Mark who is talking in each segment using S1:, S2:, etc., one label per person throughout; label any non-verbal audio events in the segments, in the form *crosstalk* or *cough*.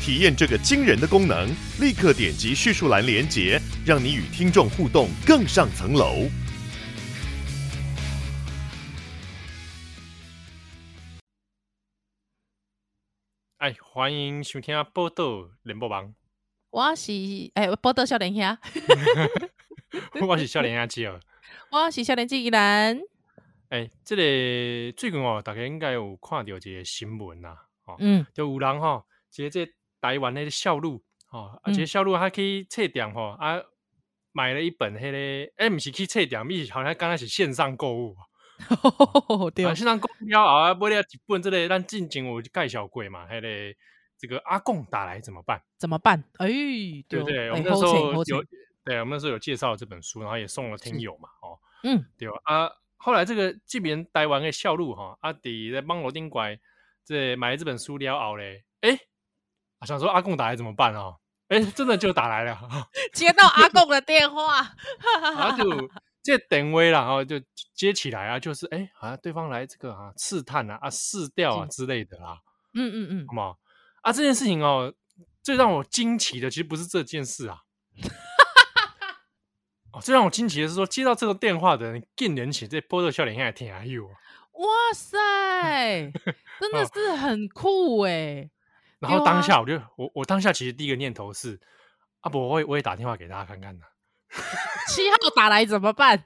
S1: 体验这个惊人的功能，立刻点击叙述栏连接，让你与听众互动更上层楼。
S2: 哎，欢迎收听报道联播网， *laughs*
S3: 我是诶，报道少年兄， *laughs*
S2: 我是少年阿基尔。
S3: 我是少年纪依然。
S2: 哎，这个最近哦，大家应该有看到一个新闻啦、哦，
S3: 嗯，
S2: 就有人吼、哦，即这台湾那个少女哦，啊，
S3: 嗯
S2: 即少女还去册店吼、啊，买了一本迄、个，哎，毋是去册店，伊好像刚开始线上购物哦，
S3: *laughs* 对哦
S2: 啊，线上购物了后啊，买了一本这个咱进前有介绍过嘛，迄、个这个阿贡打来怎么办？
S3: 怎么办？哎，
S2: 对不对？
S3: 哎
S2: 我们那
S3: 好
S2: 时
S3: 险
S2: 候
S3: 好
S2: 有
S3: 险，
S2: 对，我们那时候有介绍这本书，然后也送了听友嘛，哦，
S3: 嗯，
S2: 对啊。后来这个这边台湾的校路哈，啊，伫在网络顶拐，这买了这本书了后嘞，诶，啊想说阿贡打来怎么办哦？诶，真的就打来了，
S3: *laughs* 接到阿公的电话，
S2: 啊就这等位啦，哦就接起来啊，就是诶，好、像对方来这个啊试探啊啊试掉啊
S3: 是
S2: 之类的啦，
S3: *laughs* 嗯嗯嗯
S2: 好，吗？啊这件事情哦，最让我惊奇的其实不是这件事啊，哦最让我惊奇的是说接到这个电话的人，竟然起这波特笑脸现在听还有。
S3: 哇
S2: *laughs*
S3: 塞，真的是很酷哎，
S2: 然
S3: 对
S2: 后当
S3: 啊
S2: 下我就、我我当下其实第一个念头是，啊不，我也我也打电话给大家看看呐、 *laughs*
S3: 七号打来怎么办？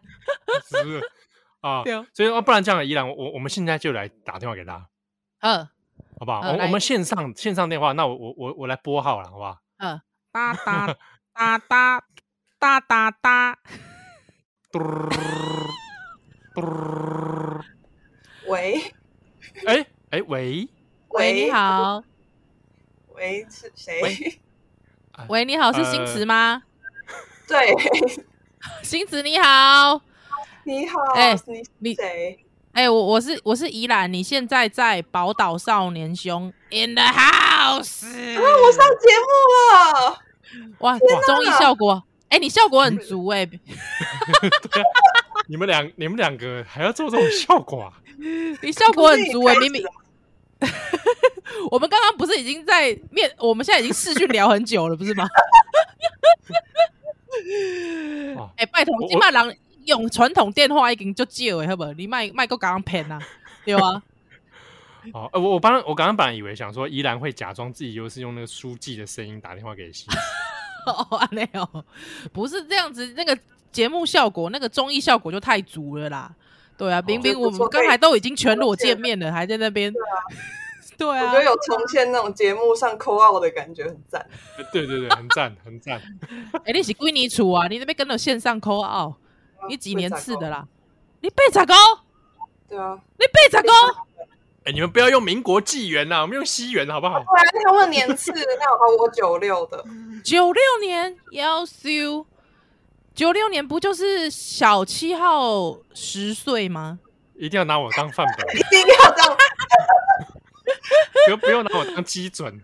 S2: 是不是啊？
S3: 对啊，
S2: 所以啊，不然这样，依然我我们现在就来打电话给他，
S3: 嗯
S2: 好不好？
S3: 呃
S2: 我
S3: 来
S2: 我们线上线上电话，那我我我我来拨号了，好不好？
S3: 嗯，哒哒哒哒哒哒哒，
S2: 嘟儿嘟儿，
S4: 喂
S2: 哎哎喂，
S3: *laughs* 喂，你，好，
S4: 喂，是谁？
S3: 喂，你好，是
S2: 呃
S3: 星驰吗？
S4: *laughs* 对，
S3: 星驰你好，
S4: 你好，
S3: 哎
S4: 你
S3: 你
S4: 是谁？
S3: 哎、我我是我是宜兰，你现在在宝岛少年兄 in the house 啊！
S4: 我上节目了，
S3: 哇，
S2: 哪
S3: 综艺效果，哎、你效果很足哎、
S2: 对啊，你们两你们两个还要做这种效果啊？ *laughs*
S3: 你效果很足
S4: *laughs*
S3: 哎、
S4: 不是
S3: 明
S4: 你
S3: 明我们刚刚不是已经在面，我们现在已经视讯聊很久了，不是吗？哎、
S2: 哦
S3: 拜托
S2: 我，
S3: 今麦人用传统电话已经足少诶，好不好？你卖卖个刚刚骗啊，对啊，
S2: 哦，呃我我刚我刚刚本来以为想说，依然会假装自己又是用那个书记的声音打电话给西，
S3: 哦，安内哦， *laughs* 不是这样子，那个节目效果，那个综艺效果就太足了啦。对啊，明明
S4: 哦就哎
S3: 我
S4: 不
S3: 们
S4: 错
S3: 刚
S4: 可以
S3: 才都已经全裸
S4: 重现
S3: 见面了，还在那边，对
S4: 我
S3: 啊
S4: 觉，得有重现那种节目上扣 out 的感觉，很赞。
S2: 呃对对对，很赞很赞。
S3: 哎，你是归你处啊，你那边跟着线上 call out，你几年次的
S4: 了？
S3: 啦？你背咋高？
S4: 对啊，
S3: 你背咋高？
S2: 哎、你们不要用民国纪元啦，我们用西元好不好？
S4: 对啊，他问年 *laughs* 次，那我我九六 *laughs* 的，
S3: 九六年要修，九六年不就是小七号十岁吗？
S2: 一定要拿我当范本，
S4: 一定要这样。
S2: 不用不用拿我当基准。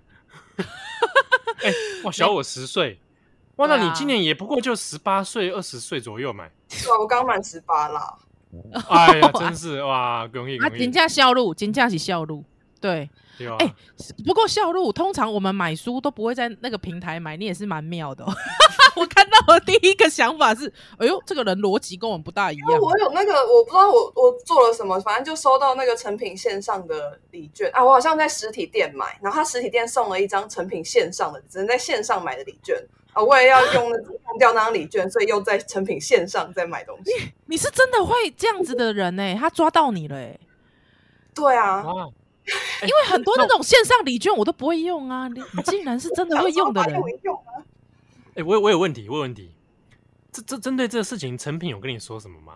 S2: 哎、哇，小我十岁，哇，那
S3: 对啊哦
S2: 你今年也不过就十八岁、二十岁左右嘛。
S4: 对啊，我刚满十八啦。
S2: 哎
S3: *laughs*
S2: 呀，真是哇，容易
S3: 啊，
S2: 容易
S3: 金，价销路，金价是销路，对。
S2: 对吧？
S3: 哎不过校路通常我们买书都不会在那个平台买，你也是蛮妙的、哦。 *laughs* 我看到我第一个想法是，哎呦，这个人逻辑跟我们不大一样
S4: 因为。 *laughs* 我有那个，我不知道我我做了什么，反正就收到那个成品线上的礼券啊，我好像在实体店买，然后他实体店送了一张成品线上的，只能在线上买的礼券啊，我也要用那用掉那张礼券，所以又在成品线上再买东西。
S3: 你是真的会这样子的人呢、他抓到你了、欸，
S4: 对啊，
S3: 哦
S2: 哇，
S3: 因为很多
S2: 那
S3: 那种线上礼券我都不会用啊，你你竟然是真的会用
S4: *laughs*
S3: 的人
S4: 啊用，一用
S2: 哎、我有我有问题，我有问题。这这针对这个事情，成品有跟你说什么吗？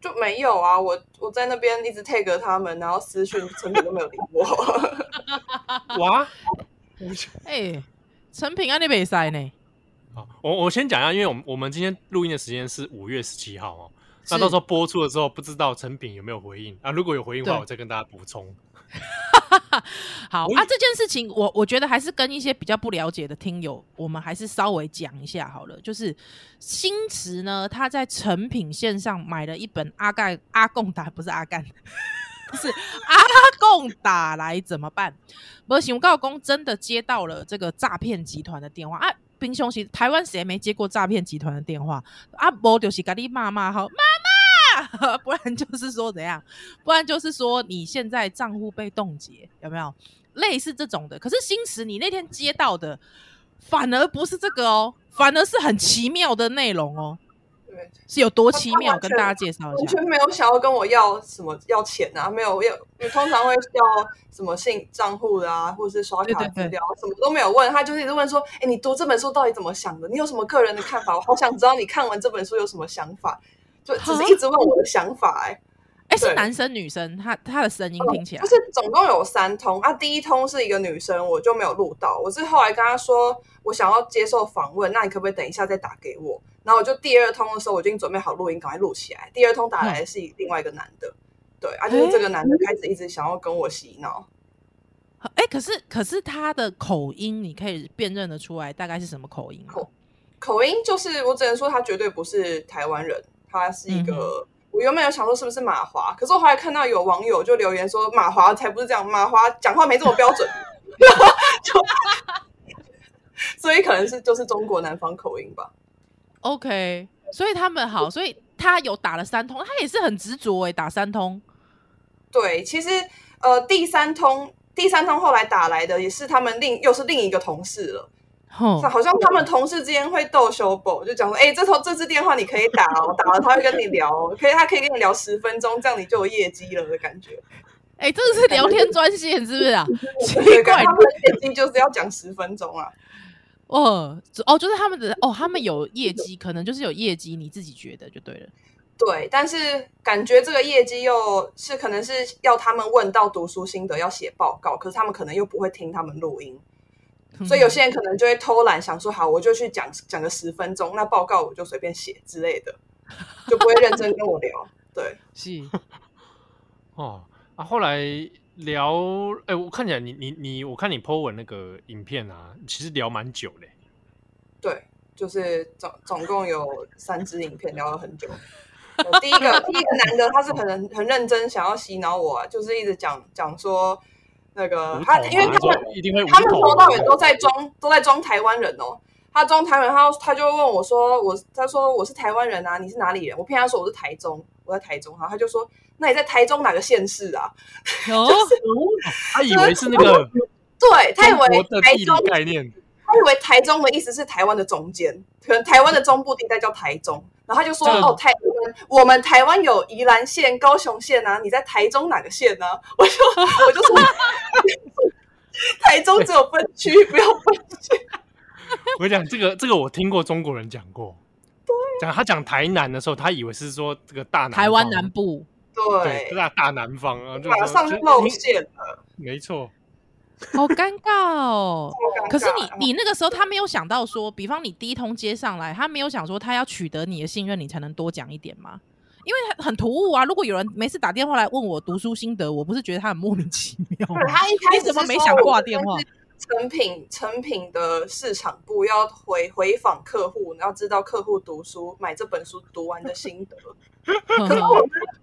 S4: 就没有啊，我我在那边一直 tag 他们，然后 *laughs*
S3: *laughs*
S4: 私讯成品都没有理我。
S2: 哇，
S3: 哎、成品安利北塞呢？
S2: 好，我我先讲一下，因为我们我们今天录音的时间是五月十七号哦。那
S3: 是
S2: 到时候播出的时候，不知道成品有没有回应啊？如果有回应的话，
S3: 对
S2: 我再跟大家补充。
S3: 好
S2: 我
S3: 啊，这件事情我我觉得还是跟一些比较不了解的听友，我们还是稍微讲一下好了。就是新驰呢，他在成品线上买了一本阿盖阿贡达，不是阿干， *laughs* 是阿贡打来怎么办？不行，我告公真的接到了这个诈骗集团的电话啊！冰兄，其实台湾谁没接过诈骗集团的电话啊？不就是咖喱妈妈好妈 *laughs* 妈，不然就是说怎样？不然就是说你现在账户被冻结，有没有？类似这种的。可是新驰，你那天接到的反而不是这个哦，反而是很奇妙的内容哦，
S4: 对，
S3: 是有多奇妙？
S4: 他完
S3: 跟
S4: 全
S3: 大家介绍一
S4: 完
S3: 下。
S4: 全没有想要跟我要什么要钱啊，没有要，我通常会要什么信账户的啊，或者是刷卡资
S3: 对对对
S4: 料，啊什么都没有问，他就是一直问说，哎，你读这本书到底怎么想的？你有什么个人的看法？我好想知道你看完这本书有什么想法，就只是一直问我的想法、哎。
S3: 哎，是
S4: 对
S3: 男生女生？他他的声音听起来
S4: 哦就，是总共有三通啊。第一通是一个女生，我就没有录到。我是后来跟她说，我想要接受访问，那你可不可以等一下再打给我？然后我就第二通的时候，我已经准备好录音，赶快录起来。第二通
S3: 嗯
S4: 打来的是另外一个男的，对啊，就是这个男的开始一直想要跟我洗脑。
S3: 哎，可是可是他的口音，你可以辨认得出来，大概是什么口音吗？
S4: 口口音就是，我只能说他绝对不是台湾人，他是一个。我原本有想说是不是马华，可是我后来看到有网友就留言说马华才不是这样，马华讲话没这么标准，然后就，所以可能是就是中国南方口音吧。
S3: OK，所以他们好，所以他有打了三通，他也是很执着哎，打三通。
S4: 对，其实呃第三通第三通后来打来的也是他们另又是另一个同事了。
S3: 哼
S4: 是，好像他们同事之间会斗修补，就讲说，哎、这头这支电话你可以打哦，打了他会跟你聊哦，可以他可以跟你聊十分钟，这样你就有业绩了的感觉。
S3: 哎，这个是聊天专线是不是啊？奇
S4: 对，
S3: 怪
S4: 感觉，他们的业绩就是要讲十分钟啊。
S3: 哦，只哦，就是他们
S4: 嗯
S3: 的哦，他们有业绩，可能就是有业绩，你自己觉得就对了。
S4: 对，但是感觉这个业绩又是可能是要他们问到读书心得要写报告，可是他们可能又不会听他们录音，
S3: 嗯
S4: 所以有些人可能就会偷懒，想说好我就去讲讲个十分钟，那报告我就随便写之类的，就不会认真跟我聊。对。
S3: *laughs* 是
S2: 哦啊，后来聊，哎、我看起来你你你，我看你 po 文那个影片啊，其实聊蛮久嘞、
S4: 对，就是总总共有三支影片，聊了很久。有第一个第一个男的，他是很很认真想要洗脑我、啊，就是一直讲讲说那个
S2: 无
S4: 哦他，
S2: 头
S4: 因为
S2: 嘛
S4: 他们
S2: 说一定会无
S4: 他们从
S2: 头
S4: 头到尾都在装都在装台湾人哦。他装台湾人，他他就问我说：“我他说我是台湾人啊，你是哪里人？”我骗他说我是台中，我在台中。然后他就说：“那你在台中哪个县市啊
S3: 哦，
S2: 他以为是那个？”
S4: 对，他以
S2: 中国
S4: 为
S2: 的
S4: 台
S2: 地
S4: 中
S2: 理概
S4: *laughs*
S2: 念，
S4: 他以为台中的意思是台湾的中间，可能台湾的中部地带叫台中，然后他就说：“
S2: 这个
S4: 哦，台我们我们台湾有宜兰县、高雄县啊，你在台中哪个县呢、啊 *laughs* 我就我就说， *laughs* 台中只有分区，不要分区。
S2: 我跟你讲这个这个我听过中国人讲过，
S4: 啊
S2: 讲他讲台南的时候，他以为是说这个大南
S3: 台湾
S2: 方
S3: 南部
S2: 对
S4: 对，
S2: 大大南方啊，就是
S4: 马上就
S2: 就
S4: 露
S2: 你
S4: 馅了，
S2: 没错，
S3: 好尴尬哦。
S4: *laughs* 好尴尬
S3: 可是你你那个时候他没有想到说，比方你第一通接上来，他没有想说他要取得你的信任，你才能多讲一点吗？因为很突兀啊！如果有人每次打电话来问我读书心得，我不是觉得他很莫名其妙
S4: 对
S3: 吗？
S4: 他一开
S3: 你
S4: 始
S3: 怎么
S4: 是
S3: 没
S4: 说
S3: 想
S4: 我
S3: 挂
S4: 们
S3: 电
S4: 是
S3: 话？
S4: 成品成品的市场部要回回访客户，你要知道客户读书买这本书读完的心得。
S3: 嗯
S4: 可
S3: *laughs*
S4: 是我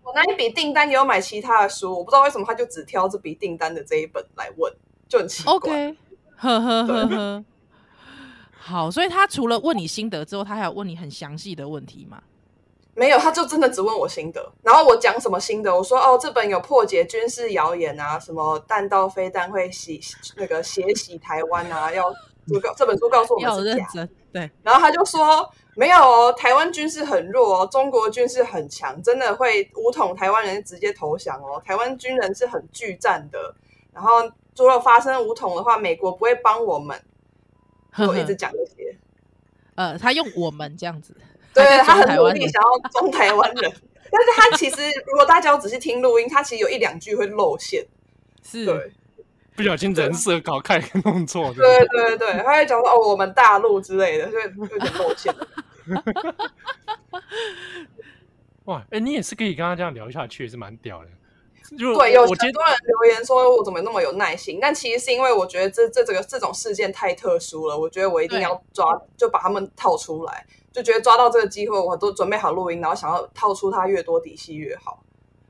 S4: 我那一笔订单也有买其他的书，我不知道为什么他就只挑这笔订单的这一本来问，就很奇怪。
S3: OK，呵呵呵呵。好，所以他除了问你心得之后，他还有问你很详细的问题嘛？
S4: 没有，他就真的只问我心得，然后我讲什么心得，我说哦，这本有破解军事谣言啊，什么弹道飞弹会洗那个血洗台湾啊，要这个这本书告诉我
S3: 要
S4: 们是
S3: 认
S4: 假的
S3: 真，对，
S4: 然后他就说没有哦，台湾军事很弱哦，中国军事很强，真的会武统台湾人直接投降哦，台湾军人是很惧战的。然后如果发生武统的话，美国不会帮我们。
S3: 呵
S4: 我一
S3: 呵
S4: 直讲这些，
S3: 呃，他用我们这样子，
S4: 对
S3: 他在
S4: 他
S3: 装
S4: 很
S3: 台
S4: 努
S3: 湾
S4: 力
S3: 人
S4: 想要装台湾人， *laughs* 但是他其实如果大家有仔细听录音，他其实有一两句会露馅。
S3: 是
S4: 对，
S2: 不小心人设搞开给弄错，这样
S4: 对对对，他还讲说哦，我们大陆之类的，就有点露馅。
S2: 哇，哎、你也是可以跟他这样聊下去，也是蛮屌的。就
S4: 对，有
S2: 我
S4: 很
S2: 接
S4: 多人留言说我怎么那么有耐心，但其实是因为我觉得这这这个这种事件太特殊了，我觉得我一定要抓，就把他们套出来，就觉得抓到这个机会，我都准备好录音，然后想要套出他越多底细越好。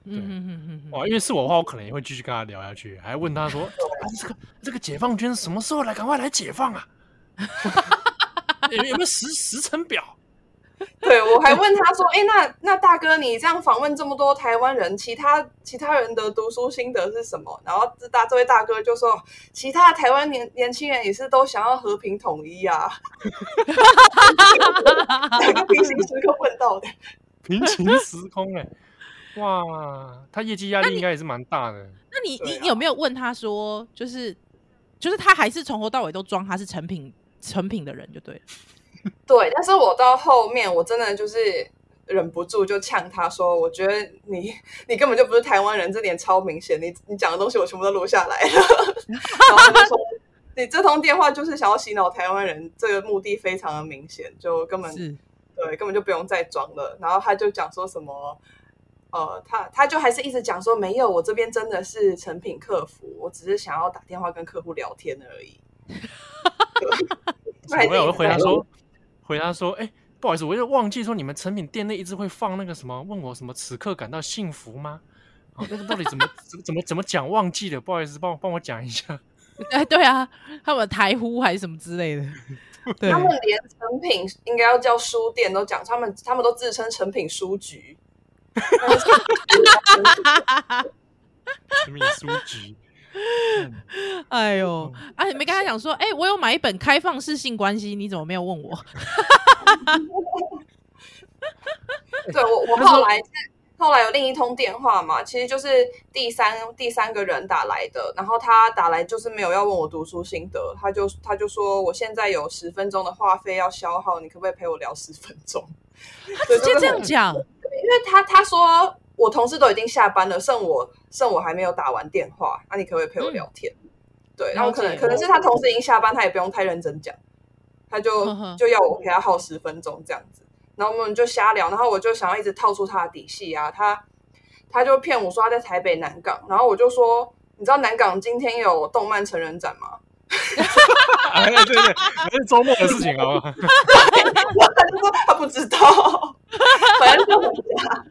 S3: 嗯哼哼哼哼
S2: 哦哇，因为是我的话，我可能也会继续跟他聊下去，还问他说：“啊、这个这个解放军什么时候来？赶快来解放啊！ *laughs* 有有没有时时程表？
S4: 对我还问他说，哎，那那大哥，你这样访问这么多台湾人，其他其他人的读书心得是什么？然后这大这位大哥就说，其他台湾年年轻人也是都想要和平统一啊， *laughs* 哪个平行时刻问到的？
S2: 平行时空哎、哇，他业绩压力应该也是蛮大的。
S3: 那你
S4: 对
S3: 你
S4: 啊
S3: 你有没有问他说，就是就是他还是从头到尾都装他是成品成品的人就对了。
S4: 对，但是我到后面我真的就是忍不住就呛他说：“我觉得你你根本就不是台湾人，这点超明显。你你讲的东西我全部都录下来了。” *laughs* 然后他就说：“你这通电话就是想要洗脑台湾人，这个目的非常的明显，就根本
S3: 是，
S4: 对根本就不用再装了。”然后他就讲说什么。呃，他他就还是一直讲说没有，我这边真的是成品客服，我只是想要打电话跟客户聊天而已。对
S2: 我有回答说，回答说，哎、不好意思，我就忘记说你们成品店内一直会放那个什么，问我什么此刻感到幸福吗？啊，那个到底怎么怎么怎么怎么讲忘记了？不好意思，帮我帮我讲一下。
S3: 哎，对啊，他们台呼还是什么之类的，
S4: *laughs*
S3: 对
S4: 他，们连成品应该要叫书店都讲，他们他们都自称成品书局。
S2: 成品书局，
S3: 哎呦，
S4: 嗯
S3: 啊，你没跟他讲说，哎，我有买一本《开放式性关系》，你怎么没有问我？*laughs*
S4: 对我
S2: 那
S4: 我
S2: 时候
S4: 后来是后来有另一通电话嘛，其实就是第三第三个人打来的，然后他打来就是没有要问我读书心得，他就他就说我现在有十分钟的话费要消耗，你可不可以陪我聊十分钟？ *laughs* 他
S3: 直接这样讲，
S4: 因为他他说我同事都已经下班了，剩我剩我还没有打完电话，那、你可不可以陪我聊天？对，然后
S3: 嗯
S4: 可
S3: 了
S4: 能
S3: 解
S4: 可能是他同事已经下班，他也不用太认真讲，他就
S3: 呵呵
S4: 就要我陪他耗十分钟这样子，然后我们就瞎聊，然后我就想要一直套出他的底细啊，他他就骗我说他在台北南港，然后我就说你知道南港今天有动漫成人展吗？
S2: *laughs* 哎，对对，那是周末的事情好吗？
S4: 他就说他不知道，反正就很假。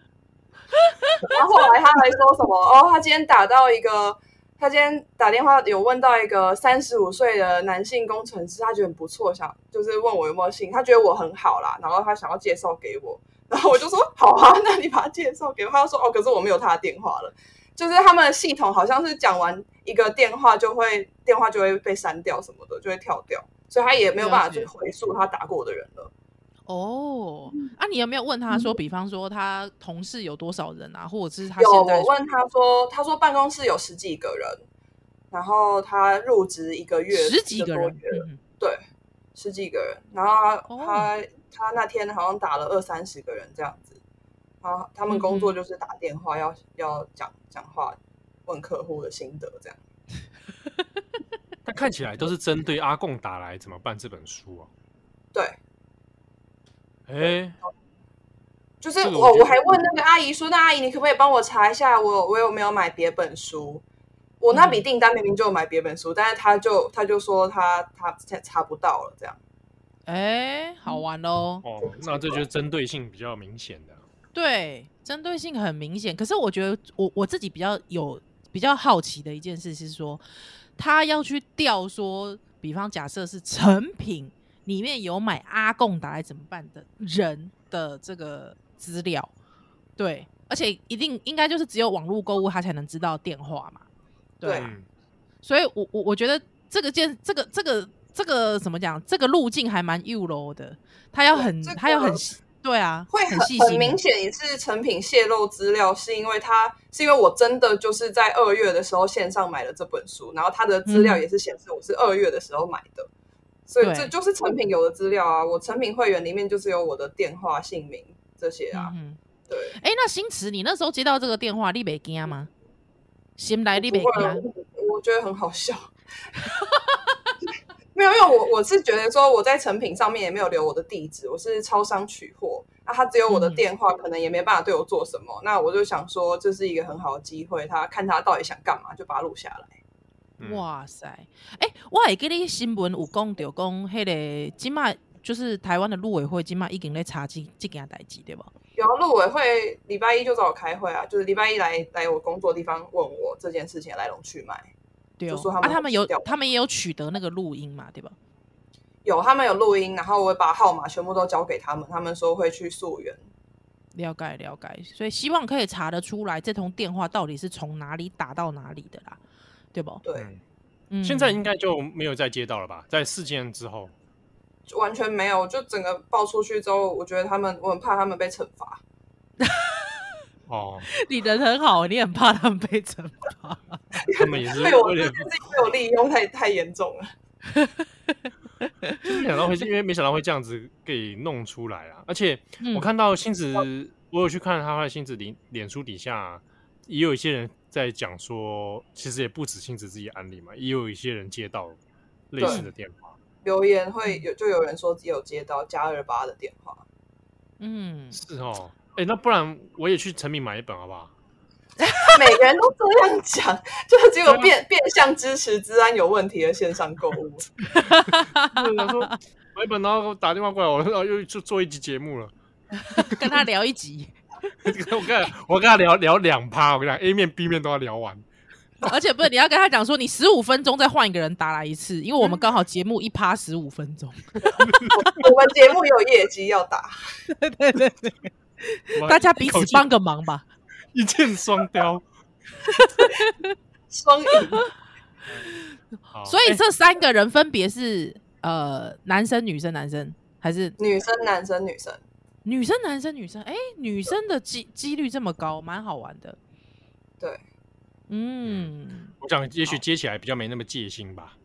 S4: 然后后来他还说什么哦，他今天打到一个，他今天打电话有问到一个三十五岁的男性工程师，他觉得很不错，想就是问我有没有兴趣，他觉得我很好啦，然后他想要介绍给我，然后我就说好啊，那你把他介绍给我。他就说哦，可是我没有他的电话了。就是他们的系统好像是讲完一个电话就会电话就会被删掉什么的，就会跳掉，所以他也没有办法
S3: 了解
S4: 去回溯他打过的人了。
S3: 哦，啊，你有没有问他说，比方说他同事有多少人啊，或者是他
S4: 嗯有，
S3: 现在
S4: 我问他说，他说办公室有十几个人，然后他入职一个月，
S3: 十几
S4: 一
S3: 个
S4: 多
S3: 人
S4: 月，了
S3: 嗯嗯
S4: 十几个人，然后他、
S3: 哦
S4: 他他那天好像打了二三十个人这样子，然后他们工
S3: 嗯
S4: 作
S3: 哼
S4: 就是打电话要、要讲讲话，问客户的心得这样。
S2: 但看起来都是针对阿贡打来怎么办这本书哦。
S4: 对，
S2: 哎，
S4: 就是
S2: 这个我
S4: 我
S2: 觉得
S4: 我还问那个阿姨说，那阿姨你可不可以帮我查一下我有我有没有买别本书？我那笔
S3: 嗯
S4: 订单明明就有买别本书，但是他就他就说他他查查不到了这样。
S3: 哎，
S4: 嗯
S3: 好玩哦。
S2: 哦，那这就是针对性比较明显的。
S3: 对，针对性很明显。可是我觉得我我自己比较有比较好奇的一件事是说，他要去调说，比方假设是成品里面有买阿贡达来怎么办的人的这个资料，对，而且一定应该就是只有网络购物他才能知道电话嘛，
S4: 对
S3: 啊
S2: 嗯，
S3: 所以我我我觉得这个件这个这个这个怎么讲，这个路径还蛮幼柔的，他要
S4: 对
S3: 很、
S4: 这
S3: 他要很
S4: 个
S3: 细对啊，
S4: 会
S3: 很
S4: 很
S3: 细心
S4: 明
S3: 欸
S4: 显也是成品泄露资料，是因为他是因为我真的就是在二月的时候线上买了这本书，然后他的资料
S3: 嗯
S4: 也是显示我是二月的时候买的，所以
S3: 对
S4: 这就是成品有的资料啊。我成品会员里面就是有我的电话、姓名这些啊。
S3: 嗯哼
S4: 对，
S3: 哎、那星驰，你那时候接到这个电话，你北惊吗？心来你
S4: 不
S3: 北
S4: 会，
S3: 惊，
S4: 我我觉得很好笑。 *laughs* 没有，因为我我是觉得说我在成品上面也没有留我的地址，我是超商取货，那他只有我的电话，可能也没办法对我做什么。那我就想说这是一个很好的机会，他看他到底想干嘛，就把它录下来。
S2: 嗯，
S3: 哇塞！哎、我会记得新闻有讲着讲，迄个即马就是台湾的陆委会，即马已经咧查即即件代志对无？
S4: 然后陆啊委会礼拜一就找我开会啊，就是礼拜一来来我工作地方问我这件事情的来龙去脉。
S3: 对
S4: 就
S3: 哦
S4: 说他，
S3: 啊，
S4: 们
S3: 他们有
S4: 死掉了
S3: 他们也有取得那个录音嘛，对吧？
S4: 有他们有录音，然后我把号码全部都交给他们，他们说会去溯源。
S3: 了解了解，所以希望可以查得出来这通电话到底是从哪里打到哪里的啦，对不？
S4: 对，
S2: 嗯
S3: 嗯，
S2: 现在应该就没有再接到了吧？在事件之后，
S4: 就完全没有，就整个爆出去之后，我觉得他们我很怕他们被惩罚。
S2: 哦，
S3: 你人很好，你很怕他们被惩罚。
S2: 他们也
S4: *laughs*
S2: 是
S4: 被我
S2: 为
S4: 这
S2: 了
S4: 件事情被我利用太太严重了。
S2: 没想到会，因为没想到会这样子给弄出来啊！而且
S3: 嗯
S2: *laughs* 我看到星子，我有去看他的星子脸脸书底下，也有一些人在讲说，其实也不止星子自己案例嘛，也有一些人接到类似的电话。
S4: 留言会有就有人说只有接到加二八的电话，
S3: 嗯，
S2: 是哦，哎、那不然我也去成品买一本好不
S3: *laughs*
S2: 好？
S4: 每个人都这样讲，就是只有变变相支持治安有问题的线上购物。
S2: 我想说买一本，然后打电话过来，我然后又就做一集节目了。 *laughs* 嗯
S3: 跟他聊一集， *laughs*
S2: 我跟他我跟他聊聊两趴，我跟你讲，A 面 B 面都要聊完。
S3: 而且不是你要跟他讲说，你十五分钟再换一个人打来一次，因为我们刚好节目一趴十五分钟。
S4: 我们节目有业绩要打，
S3: 对对对，大家彼
S2: 一
S3: 此
S2: 口气
S3: 帮个忙吧。
S2: 哦一箭双
S3: *laughs*
S2: 雕。
S4: 双赢。
S2: 好
S3: 所以这三个人分别是呃男生、女生、男生还是
S4: 女生、男生、女生，
S3: 女生、男生、女生？哎、女生的几几率这么高，蛮好玩的。
S4: 对，
S3: 嗯，
S2: 我想也许接起来比较没那么戒心吧。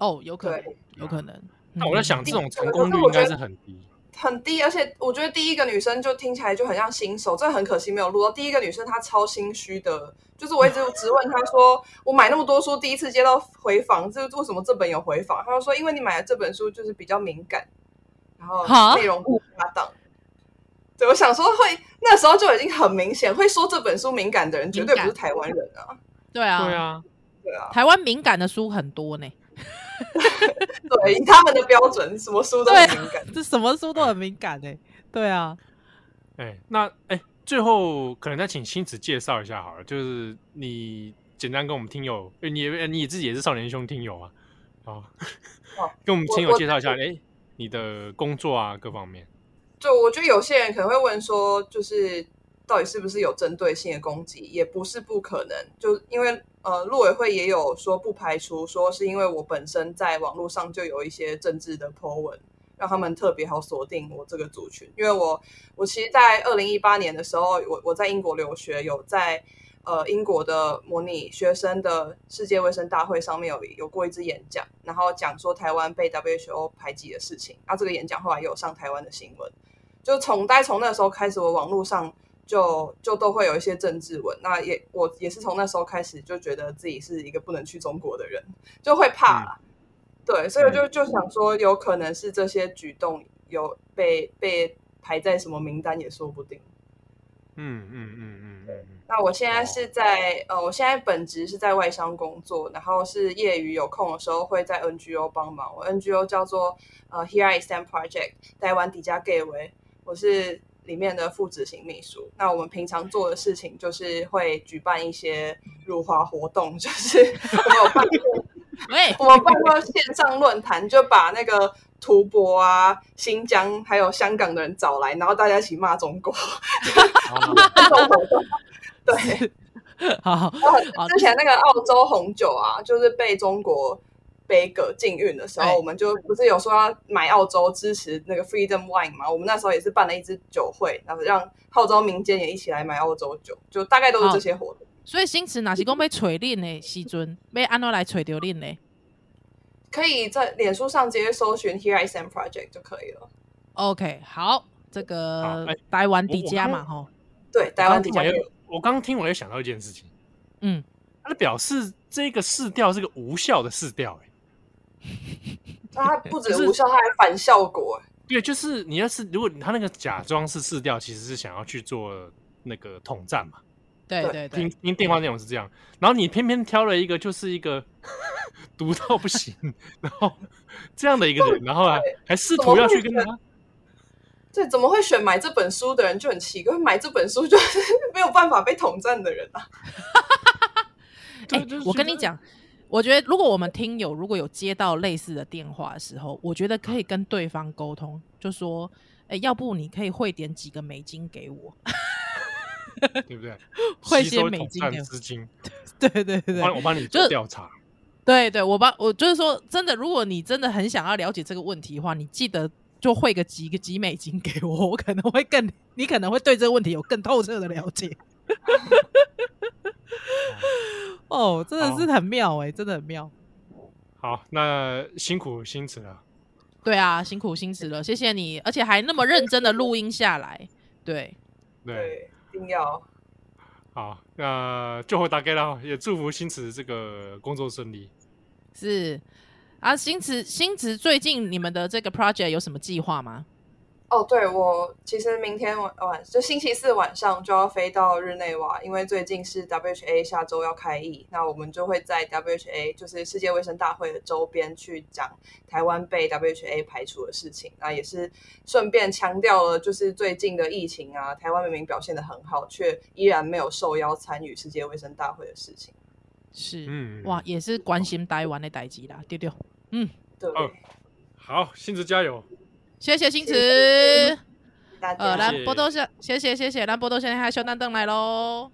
S3: 哦，有可能
S4: 对，
S3: 有可能。
S2: 那我在想，
S3: 嗯
S2: 这种成功率应该是很低。
S4: 很低，而且我觉得第一个女生就听起来就很像新手，这很可惜没有录到。第一个女生她超心虚的，就是我
S3: *laughs*
S4: 一直质问她说，我买那么多书，第一次接到回访，这为什么这本有回访？她就说，因为你买的这本书就是比较敏感，然后
S3: 哈
S4: 内容不搭档。对，我想说会那时候就已经很明显，会说这本书敏感的人绝对不是
S3: 敏
S4: 台湾人啊，
S3: 对啊，
S2: 对，啊，
S4: 对啊，
S3: 台湾敏感的书很多呢。
S4: 对，以他们的标准，什么书都
S3: 对
S4: 很
S3: 啊
S4: 敏感。
S3: *laughs* 这什么书都很敏感哎、对啊，
S2: 哎，那哎，最后可能再请星子介绍一下好了，就是你简单跟我们听友，哎你也哎你自己也是少年兄听友啊，哦
S4: 哦，
S2: *laughs* 跟我们
S4: 我
S2: 听友
S4: 我
S2: 介绍一下，哎，你的工作啊各方面，
S4: 就我觉得有些人可能会问说，就是到底是不是有针对性的攻击，也不是不可能。就因为呃，陆委会也有说不排除说是因为我本身在网络上就有一些政治的 po 文，让他们特别好锁定我这个族群。因为我我其实，在二零一八年的时候，我我在英国留学，有在呃英国的模拟学生的世界卫生大会上面有有过一支演讲，然后讲说台湾被 WHO 排挤的事情。啊，这个演讲后来也有上台湾的新闻。就从大概从那时候开始，我网络上就就都会有一些政治文。那也我也是从那时候开始就觉得自己是一个不能去中国的人，就会怕啦。对，所以我就就想说，有可能是这些举动有被被排在什么名单也说不定。
S2: 嗯嗯嗯嗯嗯
S4: *laughs*
S2: 嗯，
S4: 那我现在是在、呃，我现在本职是在外商工作，然后是业余有空的时候会在 NGO 帮忙。我 NGO 叫做呃 Here I Stand Project 台湾迪迦 Gay 为，我是里面的副执行秘书。那我们平常做的事情就是会举办一些辱华活动，就是我们有办过
S3: 喂、
S4: 我们办过线上论坛，就把那个。图博啊，新疆还有香港的人找来，然后大家一起骂中国， *laughs*
S2: 好好
S4: 这种活动对，
S3: *laughs* 好好
S2: 啊
S4: 哦之前那个澳洲红酒啊，就是被中国杯葛禁运的时候，
S2: 哎
S3: 对
S4: 我们就不是有说要买澳洲支持那个 Freedom Wine 嘛？我们那时候也是办了一支酒会，然后让澳洲民间也一起来买澳洲酒，就大概都是
S2: 哦
S4: 这些活动。
S3: 所以新词哪是讲被锤恁的时阵，被安怎来锤着恁的
S4: 可以在脸书上直接搜寻 Here I Stand Project 就可以了。
S3: ？OK，好，这
S2: 好
S3: 个
S2: 哎
S3: 台湾迪迦嘛吼，
S4: 对，台
S2: 刚
S4: 湾
S2: 听
S4: 底
S2: 完
S4: 下
S2: 又，我刚听我又想到一件事情，
S3: 嗯，
S2: 它的表示这个试调是个无效的试调、欸，
S4: 那它不止
S2: 就是
S4: 无效，它还反效果。欸
S2: 对，就是你要是如果他那个假装是试调，其实是想要去做那个统战嘛，
S3: 对对
S4: 对
S2: 听 *laughs*
S3: 对，
S2: 听电话内容是这样，然后你偏偏挑了一个就是一
S3: *laughs*
S2: 个毒到不行， *laughs* 然后这样的一个
S3: 哦
S2: 人，然后还还试图要去跟他，
S4: 对，怎么会选买这本书的人就很奇怪，买这本书就是 *laughs* 没有办法被统战的人啊。
S2: *laughs* 对
S3: 哎
S2: 就是
S3: 我跟
S2: 觉
S3: 你
S2: 得
S3: 讲，我觉得如果我们听友如果有接到类似的电话的时候，我觉得可以跟对方沟通，就说，哎，要不你可以汇点几个美金给我， *laughs*
S2: 对不对？
S3: 会
S2: 吸
S3: 啊些
S2: 收
S3: 美
S2: 统
S3: 金
S2: 战
S3: 给我
S2: 资金，
S3: 对对对
S2: 我帮我帮你
S3: 就
S2: 做调查，
S3: 对对，我帮我就是说，真的，如果你真的很想要了解这个问题的话，你记得就汇个几个几美金给我，我可能会更，你可能会对这个问题有更透彻的了解。 *laughs* 哦，真的是很妙哎、真的很妙。
S2: 好，那辛苦辛苦了，
S3: 对啊，辛苦辛苦了，谢谢你，而且还那么认真的录音下来。对，
S2: 对，
S4: 对，一定要。
S2: 好，那就回大概了，也祝福新慈这个工作顺利。
S3: 是啊，星驰星驰，最近你们的这个 project 有什么计划吗？
S4: 哦，对，我其实明天晚晚就星期四晚上就要飞到日内瓦，因为最近是 WHA 下周要开议，那我们就会在 WHA 就是世界卫生大会的周边去讲台湾被 WHA 排除的事情，那也是顺便强调了就是最近的疫情啊，台湾明明表现的很好，却依然没有受邀参与世界卫生大会的事情。
S3: 是，
S2: 嗯
S3: 哇，也是关心台湾的代际啦，丢丢。
S4: 对，
S2: 哦好，新慈加油！
S3: 谢谢星
S4: 谢
S3: 驰。
S4: 大家、
S2: 谢谢
S3: 呃，兰波多现，谢谢谢谢兰波多现在还修蛋凳来喽。